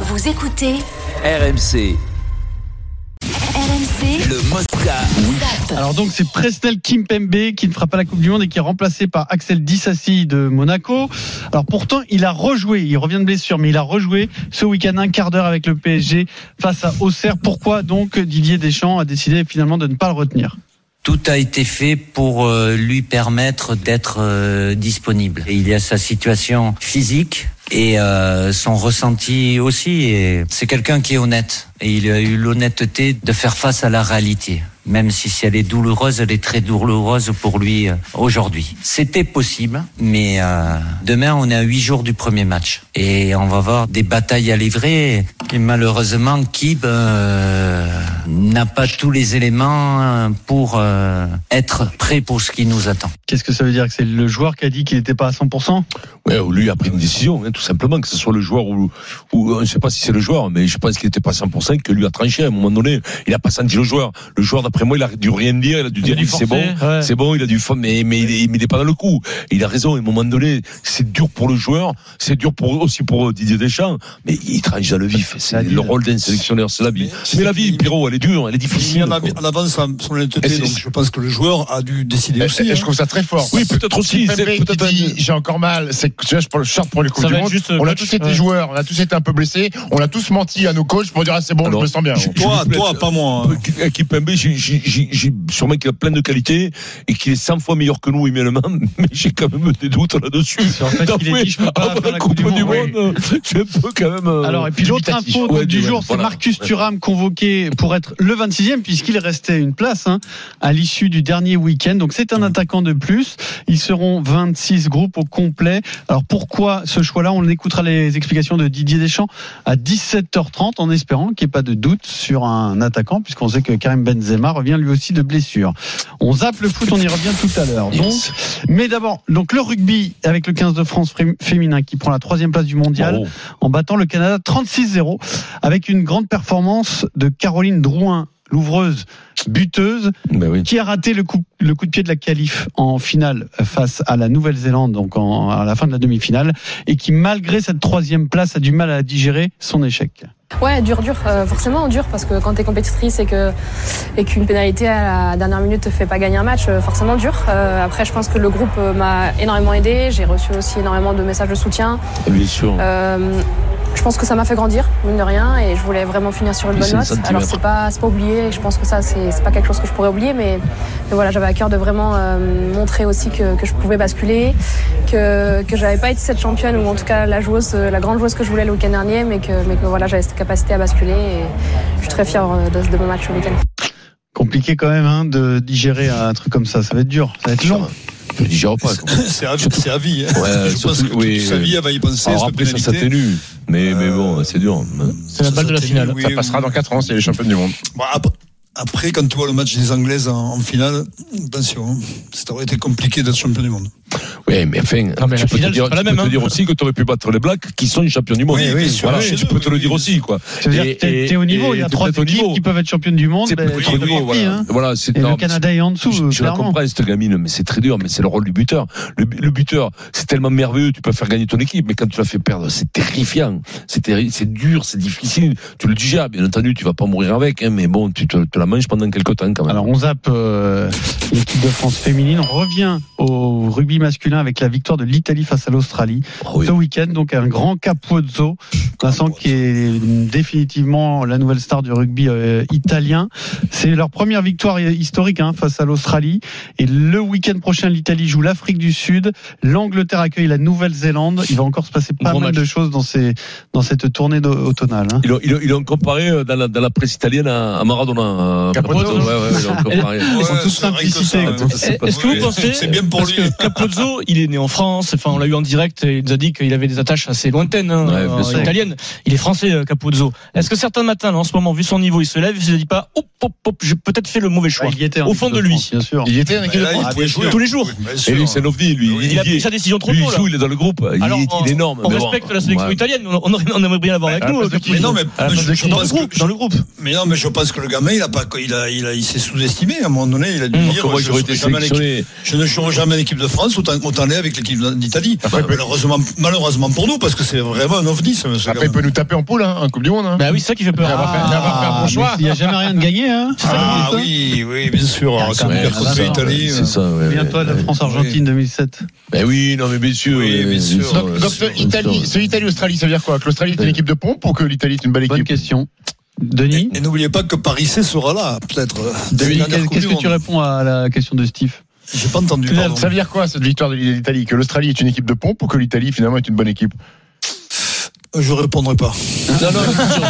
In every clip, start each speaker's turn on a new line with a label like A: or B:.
A: Vous écoutez
B: RMC,
A: RMC
B: le Mosca.
C: Alors donc c'est Presnel Kimpembe qui ne fera pas la Coupe du Monde et qui est remplacé par Axel Dissassi de Monaco. Alors pourtant il a rejoué, il revient de blessure, mais il a rejoué ce week-end un quart d'heure avec le PSG face à Auxerre. Pourquoi donc Didier Deschamps a décidé finalement de ne pas le retenir
D: Tout a été fait pour euh, lui permettre d'être euh, disponible. Et il y a sa situation physique et euh, son ressenti aussi. Et c'est quelqu'un qui est honnête. Et il a eu l'honnêteté de faire face à la réalité. Même si, si elle est douloureuse, elle est très douloureuse pour lui euh, aujourd'hui. C'était possible, mais euh, demain on est à huit jours du premier match et on va voir des batailles à livrer. Et malheureusement, Kib euh, n'a pas tous les éléments euh, pour euh, être prêt pour ce qui nous attend.
C: Qu'est-ce que ça veut dire Que c'est le joueur qui a dit qu'il n'était pas à 100%
E: Ouais, ou lui a pris une décision, hein, tout simplement, que ce soit le joueur ou, ou on ne sait pas si c'est le joueur, mais je pense qu'il n'était pas 100% que lui a tranché à un moment donné. Il a pas senti le joueur. Le joueur, d'après moi, il a dû rien dire, il a dû
C: Il a
E: dire
C: dû
E: oui, c'est bon,
C: forcer, ouais.
E: c'est bon, il a dû fa- mais, mais il, est, mais il est pas dans le coup. Et il a raison, à un moment donné, c'est dur pour le joueur, c'est dur pour aussi pour euh, Didier Deschamps, mais il tranche dans le vif. C'est
C: Adil.
E: le rôle d'un sélectionneur, c'est la vie.
F: c'est
E: Mais la
F: qui-
E: vie, Pierrot, elle est dure, elle est
F: Il
E: difficile.
F: est en,
E: quoi.
F: av- en avance son son
E: Et
F: honnêteté,
E: c'est- Eh,
F: donc je pense que le joueur a dû décider
G: Et-
F: aussi.
G: et
F: hein.
G: je trouve ça très fort.
E: Oui,
G: Parce que
E: peut-être aussi,
G: Kimpembe
E: c'est
G: qui
E: peut-être
G: dit, j'ai encore mal. C'est que tu vois, je prends le short pour les coupes
C: Ça
G: du
C: va être
G: monde.
C: juste,
H: euh,
G: on a
C: coach,
G: tous été
C: ouais.
G: joueurs, on a tous été un peu blessés, on a tous menti à nos coachs pour dire ah c'est bon,
E: Alors,
G: je me sens bien.
E: je-
F: Toi,
E: je-
F: toi, pas moi. hein.
E: Kipembe, j'ai sûrement qu'il a plein de qualités et qu'il est 100 fois meilleur que nous humainement, mais j'ai quand même des doutes là-dessus.
C: Sur le fait qu'il ait dit, je peux pas
E: Avant
C: faire la Coupe du Monde, oui.
E: j'ai un peu quand même. euh,
C: Alors, et puis l'autre
E: dubitatif.
C: info
E: Ouais,
C: du
E: ouais,
C: jour, c'est
E: voilà.
C: Marcus Thuram convoqué pour être le 26e, puisqu'il restait une place hein, à l'issue du dernier week-end. Donc c'est
E: Mhm.
C: un attaquant de plus. Ils seront 26 groupes au complet. Alors pourquoi ce choix-là On écoutera les explications de Didier Deschamps à 17h30 en espérant qu'il n'y ait pas de doute sur un attaquant, puisqu'on sait que Karim Benzema revient lui aussi de blessure. On zappe le foot, on y revient tout à l'heure. Donc,
E: Yes.
C: mais d'abord, donc le rugby avec le 15 de France fré- féminin qui prend la troisième place du mondial
E: Bravo.
C: en battant le Canada 36-0 avec une grande performance de Caroline Drouin, l'ouvreuse buteuse,
E: Ben oui.
C: qui a raté le coup, le coup de pied de la qualif en finale face à la Nouvelle-Zélande, donc en- à la fin de la demi-finale, et qui, malgré cette troisième place, a du mal à digérer son échec.
I: Ouais, dur, dur, euh, forcément dur, parce que quand t'es compétitrice et que et qu'une pénalité à la dernière minute te fait pas gagner un match, euh, forcément dur. Euh, après, je pense que le groupe euh, m'a énormément aidé. J'ai reçu aussi énormément de messages de soutien.
E: Bien sûr.
I: Euh, je pense que ça m'a fait grandir, mine de rien, et je voulais vraiment finir sur une
E: Et
I: bonne
E: c'est le
I: note.
E: centimètre.
I: Alors c'est pas, c'est pas oublié, et je pense que ça, c'est c'est pas quelque chose que je pourrais oublier, mais, mais voilà, j'avais à cœur de vraiment euh, montrer aussi que, que je pouvais basculer, que, que j'avais pas été cette championne, ou en tout cas la joueuse, euh, la grande joueuse que je voulais le week-end dernier, mais que, mais que voilà, j'avais cette capacité à basculer, et je suis très fière euh, de, de mon match le week-end.
C: Compliqué quand même hein, de digérer un truc comme ça, ça va être dur, ça va être long.
E: Je le digère pas. quoi.
F: C'est à, c'est à vie. hein.
E: Ouais,
F: je pense
E: surtout-
F: que
E: oui,
F: toute sa
E: oui.
F: vie, elle va y penser.
E: Alors
F: cette
E: après, ça
F: pénalité.
E: s'atténue. Mais, mais bon,
F: Euh,
E: c'est dur. hein.
G: C'est la balle de la
F: Ça
G: finale.
F: s'atténue,
G: ça
F: oui,
G: passera
F: oui.
G: dans 4 ans, c'est les championnes du monde.
F: Bon, ap- après, quand tu vois le match des Anglaises en, en finale, attention, hein. ça aurait été compliqué d'être champion du monde.
E: Oui, mais enfin,
G: mais
E: tu
G: la
E: peux
G: finale,
E: te dire,
G: c'est pas la
E: tu peux
G: même,
E: te
G: hein.
E: dire aussi que tu aurais pu battre les Blacks qui sont les champions du monde.
F: Oui, oui, sur
E: voilà,
F: la chaîne,
E: tu peux te le
F: oui,
E: dire
F: oui.
E: aussi. quoi.
C: Ça veut dire
E: Et-
C: que t'es
E: et-
C: t'es au niveau,
E: et
C: il y a
E: t'es
C: trois
E: peut-être au
C: équipes
E: niveau.
C: qui peuvent être championnes du monde.
E: C'est
C: ben,
E: plus
C: tu
E: au niveau,
C: vérifies,
E: voilà.
C: hein.
E: Voilà, c'est
C: Et
E: non,
C: le
E: mais
C: Canada est en dessous,
E: Je, je la
C: clairement.
E: comprends, cette gamine, mais c'est très dur, mais c'est le rôle du buteur. Le, bu- le buteur, c'est tellement merveilleux, tu peux faire gagner ton équipe, mais quand tu la fais perdre, c'est terrifiant. C'est terri- c'est dur, c'est difficile. Tu le digères, bien entendu, tu vas pas mourir avec, hein, mais bon, tu te, te la manges pendant quelques temps quand même.
C: Alors on zappe euh, l'équipe de France féminine, on revient au rugby masculin avec la victoire de l'Italie face à l'Australie.
E: Ah oui.
C: Ce week-end, donc un grand Capuzzo, Vincent qui est définitivement la nouvelle star du rugby euh, italien. C'est leur première victoire historique hein, face à l'Australie. Et le week-end prochain, l'Italie joue l'Afrique du Sud, l'Angleterre accueille la Nouvelle-Zélande. Il va encore se passer pas
E: Gros
C: mal
E: match.
C: de choses dans, ces, dans cette tournée d'au- automnale. hein.
E: Ils l'ont- ils l'ont- ils l'ont comparé euh, dans la, dans la presse italienne à, à Maradona. euh,
G: Capozzo.
E: Capozzo. Ouais, ouais, ils l'ont comparé.
C: Ils sont
F: Ouais,
C: tous
F: c'est vrai que
C: simplicité,
F: ça,
C: quoi.
F: ouais.
E: C'est pas
H: Est-ce que vous
E: vrai.
H: pensez
F: C'est bien pour
H: parce
F: lui.
H: que Capozzo, il est né en France. Enfin, on l'a eu en direct. et Il nous a dit qu'il avait des attaches assez lointaines, hein,
E: Ouais, bien
H: euh,
E: sûr.
H: italiennes. Il est français, euh, Capozzo. Est-ce que certains matins, là, en ce moment, vu son niveau, il se lève, il se dit pas, hop, hop, hop, j'ai peut-être fait le mauvais choix.
C: Ouais, Ah, il y était en
H: Au fond
C: équipe
H: de lui.
C: France, bien sûr.
G: Il était hein, un équipe de
F: Là, il
G: France.
F: pouvait jouer.
H: tous les jours.
F: Oui, bien
E: Et lui,
F: sûr.
E: c'est un ovni, lui.
F: Oui,
E: il,
H: il a
E: y
H: pris
E: est.
H: sa décision trop
E: Lui,
H: tôt.
E: il
H: Là.
E: joue, il est dans le groupe. Il,
H: Alors,
E: est- il est énorme.
H: On
E: mais bon.
H: respecte la sélection
E: Ouais.
H: italienne. On, on aurait- on aimerait bien l'avoir avec
G: à la
H: nous.
G: place de
H: Capozzo.
F: Mais non, mais,
H: À la
F: mais
H: place
F: je,
H: de
F: je
H: qui dans le
F: pense que,
H: groupe, dans le groupe.
F: mais non, mais je pense que le gamin, il a pas, il a, il a, il s'est sous-estimé. À un moment donné, il a dû
E: Mmh.
F: dire,
E: Comment
F: je,
E: j'aurais
F: serai
E: été
F: jamais à l'équipe-
E: sélectionné
F: je ne jouerai jamais l'équipe de France, France, autant, autant aller avec l'équipe d'Italie. Malheureusement, malheureusement pour nous, parce que c'est vraiment un ovni, ce, ce
G: Après, il
F: gamin.
G: peut nous taper en poule, hein, en Coupe du Monde. Hein.
H: Bah oui, c'est ça qui fait peur.
G: Il va faire- il va faire un bon choix.
C: Ah, Il n'y a jamais rien de gagné, hein C'est ça qui
F: Ah
C: existe, hein
F: oui, oui, bien sûr. Alors, Quand
E: Ouais,
F: il contre
E: c'est ça,
F: l'Italie.
E: C'est ça, ouais.
C: Souviens-toi de la
E: ouais.
C: France-Argentine 2007.
E: Ben oui, non, mais bien sûr.
F: Oui, bien
E: euh,
F: sûr.
E: c'est ça,
G: donc,
E: ouais,
G: donc
E: c'est
G: ce
E: ça,
G: Italie,
E: c'est
G: ce Italie Australie, ça veut dire quoi Que l'Australie est une
E: Ouais.
G: équipe de pompe ou que l'Italie est une belle
C: Bonne
G: équipe
C: question. Denis
F: Et n'oubliez pas que Paris C sera là, peut-être. euh,
C: Denis,
F: Dernière Coupe
C: Qu'est-ce
F: du
C: que tu
F: Monde.
C: réponds à la question de Steve
F: J'ai pas entendu.
C: Là,
F: pardon.
G: Ça veut dire quoi cette victoire de l'Italie Que l'Australie est une équipe de pompe ou que l'Italie finalement est une bonne équipe
F: Euh, Je répondrai pas.
E: Non, non, attention.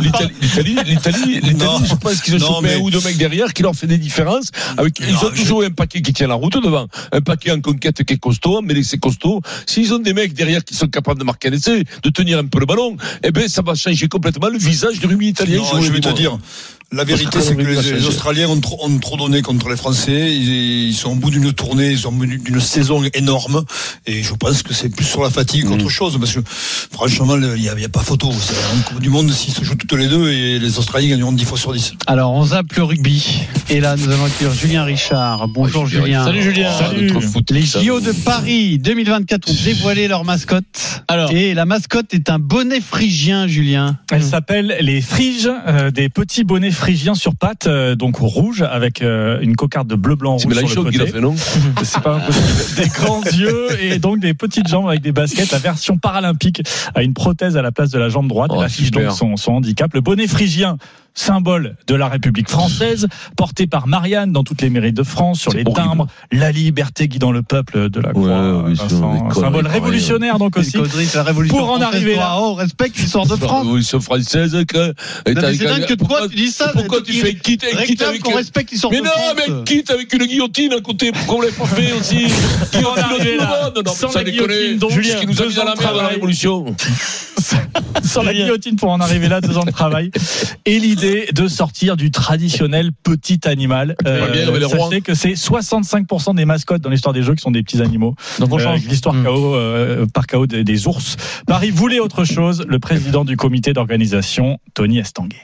E: L'Italie, l'Italie, l'Italie,
F: Non.
E: l'Italie, je pense qu'ils ont
F: Non,
E: chopé un
F: mais-
E: ou deux mecs derrière qui leur fait des différences. Avec, ils
F: Non,
E: ont
F: je-
E: toujours un paquet qui tient la route devant. Un paquet en conquête qui est costaud, mais c'est costaud. S'ils ont des mecs derrière qui sont capables de marquer un essai, de tenir un peu le ballon, eh ben, ça va changer complètement le visage du rugby italien.
F: Non,
E: vous
F: je
E: le dis,
F: vais te
E: moi.
F: dire, la vérité,
E: Parce que
F: c'est que
E: Colombie va
F: les, les
E: changer.
F: Australiens ont trop, ont trop donné contre les Français. Ils, ils sont au bout d'une tournée, ils sont au bout d'une- d'une saison énorme. Et je pense que c'est plus sur la fatigue qu'autre chose. Parce que, franchement, le- il n'y a, il y a pas photo. C'est en Coupe du Monde, s'ils se jouent toutes les deux, et les Australiens gagneront 10 fois sur 10.
C: Alors, on zappe le rugby. Et là, nous allons accueillir Julien Richard. Bonjour,
E: Ouais,
C: Julien.
H: Salut, Julien.
E: Ah,
H: Salut.
E: notre foot,
C: Les
E: ça.
C: JO de Paris 2024 ont dévoilé leur mascotte.
H: Alors.
C: Et la mascotte est un bonnet phrygien, Julien.
A: Elle s'appelle les friges, euh, des petits bonnets phrygiens sur pattes, euh, donc rouges, avec euh, une cocarde de bleu, blanc,
E: C'est
A: rouge sur
E: Melanchon
A: le
E: qui l'a
A: côté.
E: fait, non?
A: C'est pas impossible. Des grands yeux et donc des petites jambes avec des baskets. La version paralympique a une prothèse à la place de la jambe droite.
E: Oh,
A: Elle affiche
E: super.
A: donc son, son handicap. Le bonnet phrygien, symbole de la République française, porté par Marianne dans toutes les mairies de France, sur
E: C'est
A: les
E: horrible.
A: timbres. La liberté guidant le peuple de la
E: Ouais,
A: croix.
E: oui,
A: Vincent.
E: c'est des
A: Un
E: conneries,
A: symbole
E: pareil.
A: révolutionnaire donc aussi.
C: C'est une connerie, c'est la révolution
A: Pour en
C: française.
A: arriver là.
C: Toi, oh, on respecte l'histoire de
E: La
C: France.
E: Révolution française, que-
C: Non, mais C'est dingue que toi, tu dis ça.
E: Pourquoi tu fais quitte, quitte
C: Réclame
E: avec
C: qu'on respecte l'histoire de
E: Mais non,
C: France.
E: mais quitte avec une guillotine à côté, pourquoi on l'a pas fait aussi
A: On est arrivé
E: Guillotine
A: là.
E: au monde, non,
A: Sans
E: ça
A: la
E: déconne.
A: guillotine, donc,
E: Juste qui nous a
A: deux
E: mis dans
A: ans
E: la
A: de
E: merde dans la
A: travail.
E: révolution.
A: sans la guillotine pour en arriver là, deux ans de travail. Et l'idée de sortir du traditionnel petit animal. Euh,
E: va bien, mais les rois.
A: sachez que c'est 65% des mascottes dans l'histoire des jeux qui sont des petits animaux.
H: Donc on
A: Euh,
H: change.
A: avec l'histoire KO, euh, par KO des, des ours. Paris voulait autre chose. Le président du comité d'organisation, Tony Estanguet.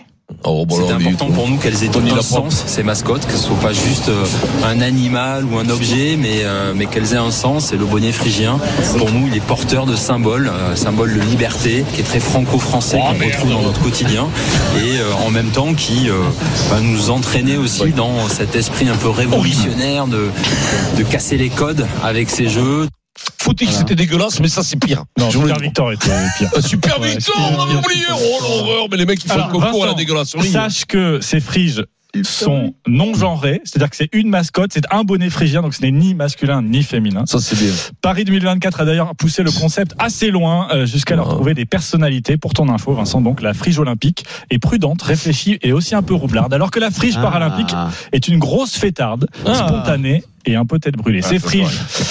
E: Oh, bon,
B: C'est
E: alors,
B: important
E: lui,
B: pour nous qu'elles aient
E: Tony
B: un
E: Laporte.
B: sens, ces mascottes, que ce soit pas juste euh, un animal ou un objet, mais, euh, mais qu'elles aient un sens. Et le bonnet phrygien, pour nous, il est porteur de symboles, euh, symbole de liberté, qui est très franco-français, qu'on retrouve dans notre quotidien, et euh, en même temps qui euh, va nous entraîner aussi dans cet esprit un peu révolutionnaire de, de casser les codes avec ces jeux.
E: Foutique, c'était dégueulasse, mais ça, c'est pire.
A: Non,
E: Je vous le
A: Super
E: dis.
A: Victor était pire.
E: Ah, Super
A: Ouais,
E: Victor,
A: c'est-
E: on avait oublié. Oh, l'horreur, mais les mecs, ils font
A: Alors,
E: le concours à la
A: Vincent,
E: dégueulasserie.
A: Sache que ces friges sont non genrés, c'est-à-dire que c'est une mascotte, c'est un bonnet phrygien, donc ce n'est ni masculin ni féminin.
E: Ça, c'est bien.
A: Paris 2024 a d'ailleurs poussé le concept assez loin euh, jusqu'à leur
E: Ouais.
A: trouver des personnalités. Pour ton info, Vincent, donc la frige olympique est prudente, réfléchie et aussi un peu roublarde, alors que la frige paralympique est une grosse fêtarde, spontanée et un peu tête brûlée. Ces friges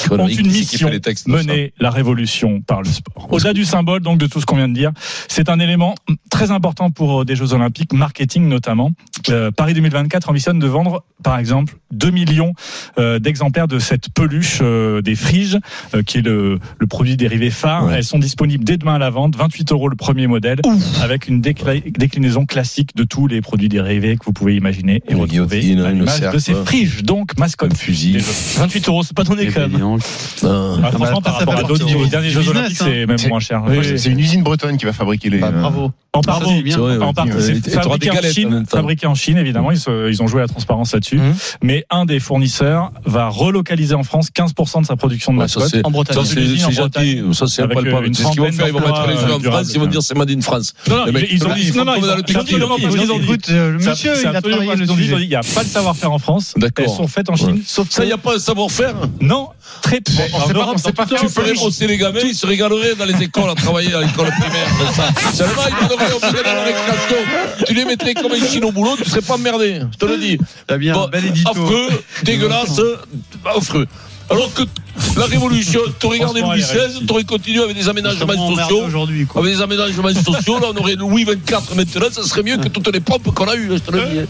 A: ont
E: Connerie,
A: une
E: qui c'est qui
A: mission
E: fait les textes de ça
A: mener la révolution par le sport. Au-delà du symbole, donc de tout ce qu'on vient de dire, c'est un élément très important pour euh, des Jeux Olympiques, marketing notamment. Euh, Paris 2024 ambitionne de vendre, par exemple, 2 millions euh, d'exemplaires de cette peluche euh, des friges, euh, qui est le, le produit dérivé phare.
E: Ouais.
A: Elles sont disponibles dès demain à la vente, 28 euros le premier modèle, avec une décla- déclinaison classique de tous les produits dérivés que vous pouvez imaginer et
E: Une
A: retrouver
E: guillotine,
A: à
E: une
A: l'image
E: serpe.
A: de ces friges, donc mascotte.
E: Comme fusil.
A: 28 euros, c'est pas donné quand même.
E: Ah.
A: Ah,
C: bah,
A: franchement, par
C: ça
A: rapport à
C: s'appelle
A: d'autres
C: du-
A: niveaux, les
C: du
A: derniers Jeux
C: business,
A: Olympiques,
C: hein.
A: c'est même moins cher.
G: Ouais,
A: Oui,
G: c'est-
A: oui.
G: Ah, C'est une usine bretonne qui va fabriquer les.
C: Bah, bravo.
A: En
C: Ça,
A: partie,
C: c'est bien.
E: C'est vrai,
A: en
E: ouais.
A: partie, c'est
E: Et t'auras des
A: fabriqué en
E: galettes en
A: Chine,
E: même temps.
A: fabriqué en Chine, évidemment, ils, se- ils ont joué à la transparence là-dessus.
H: Mhm.
A: Mais un des fournisseurs va relocaliser en France 15% de sa production de
E: Ouais, ça,
A: mascottes.
E: c'est-
H: En Bretagne.
E: Ça,
A: Une
E: c'est
A: usine en
E: c'est gentil. Ça, c'est
A: Avec,
E: pas le
A: euh, une
E: problème. C'est ce qu'ils vont
A: trentaine
E: faire. Ils vont mettre les
A: d'emplois,
E: yeux en France.
A: euh,
E: Ils vont
A: durables.
E: dire c'est Made in France.
A: Non, non,
E: Les mecs,
A: ils, ils ont
E: ils
A: dit,
E: font
A: non, non,
E: comme
A: ils
E: dans
A: ont-
E: le
A: c'est
E: quartier,
A: absolument
E: ils
A: pas
E: ont
A: ce qu'ils ont dit.
C: Écoute, euh, le
A: C'est-
C: monsieur,
A: c'est
C: il a
A: absolument
C: travaillé
A: pas
C: le
A: ce qu'ils ont dit. Ils ont dit,
C: sujet.
A: Il n'y a pas de savoir-faire en France.
E: D'accord.
A: Elles sont faites en Chine, sauf
E: Ça,
A: que
E: il n'y a pas un savoir-faire.
A: non, très peu.
G: On
A: En
G: sait pas-
A: Europe,
G: on sait
A: dans
G: pas faire
A: toute
E: Tu
A: l'Europe,
E: ferais bosser les gamins, ils se régaleraient dans les écoles à travailler à l'école primaire. comme Ça. Seulement, ils donneraient au final dans les classes. Tu les mettrais comme un chine au boulot, tu serais pas emmerdé. Je te le dis.
C: T'as bien
E: Bon,
C: un bel édito.
E: affreux, dégueulasse, affreux. Alors que la révolution, tu regardé Louis
A: Franchement, elle est
E: XVI,
A: réussie.
E: tu aurais continué avec des
C: Comment
E: aménagements
C: emmerder
E: sociaux.
C: aujourd'hui, quoi.
E: Avec des Ah, aménagements sociaux, là, on aurait Louis XXIV maintenant, ça serait mieux que toutes les pompes qu'on a eues, je te le dis.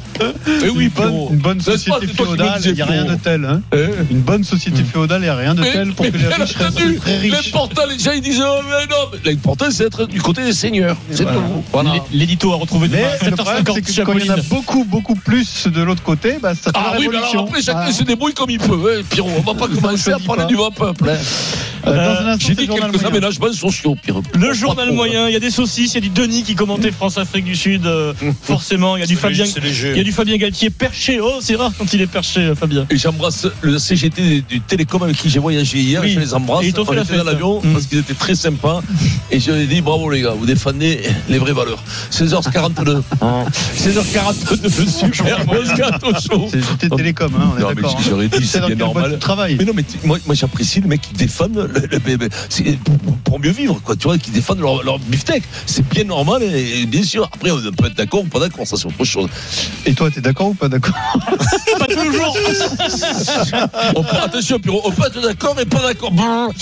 E: Mais oui,
C: une bonne,
E: Pierrot.
C: une bonne
E: N'est-ce pas,
C: société
E: c'est toi qui me
C: féodale,
E: disais,
C: il n'y a rien de
E: Pierrot.
C: tel. Hein.
E: Hein
C: Une bonne société féodale, il n'y a rien de
E: mais,
C: tel pour
E: mais
C: que les
E: bien
C: riches restent
E: entendu,
C: très riches.
E: l'important, les gens ils disent oh, mais non, mais l'important c'est d'être du côté des seigneurs. C'est tout. Voilà.
H: L'édito a retrouvé
C: Mais le problème, c'est que quand il y en a beaucoup, beaucoup plus de l'autre côté, bah, ça fait
E: Ah
C: la
E: oui, mais alors
C: révolution.
E: après, chacun
C: Ah.
E: se débrouille comme il peut. Hein, Pierrot, on va pas
C: Ça, on
E: commencer à
C: choisit
E: parler
C: pas.
E: du vent peuple. hein.
C: Euh, dans un instant,
E: J'ai
C: c'est le
E: dit
C: journal
E: quelques
C: moyen.
E: aménagements sociaux, pire.
A: Le journal
E: hein.
A: moyen, il y a des saucisses, il y a du Denis qui commentait
G: Mm.
A: France-Afrique du Sud, euh, forcément. Il y a du Fabien,
J: C'est
A: il y a
J: léger.
A: du Fabien Galtier perché. Oh, c'est rare quand il est perché, euh, Fabien.
E: Et j'embrasse le CGT du Télécom avec qui j'ai voyagé hier.
A: Oui.
E: Je les embrasse.
A: Et ils t'ont fait
E: On
A: la
E: était dans
A: fête.
E: l'avion
A: Mm.
E: parce qu'ils étaient très sympas. Et je leur ai dit bravo les gars, vous défendez les vraies valeurs. 16h42.
C: Ah.
E: 16h42, super Moscato Show.
C: C'est JT Télécom, hein, on
E: Non,
C: est
E: mais
C: d'accord. hein.
E: j'aurais dit,
C: C'est
E: c'est
C: dans
E: bien
C: quelle boîte
E: normal.
C: tu travailles
E: Mais non, mais t- moi, moi j'apprécie les mecs qui défendent le, le- mais- mais c'est pour, pour- pour mieux vivre, quoi. Tu vois, qui défendent leur, leur beefsteak. C'est bien normal, et, et bien sûr. Après, on peut être d'accord ou pas d'accord, ça c'est autre chose.
C: Et toi, t'es d'accord ou pas d'accord
A: Pas toujours. Ah.
E: On peut- attention, Pierrot, on peut être d'accord et pas d'accord. Brrr.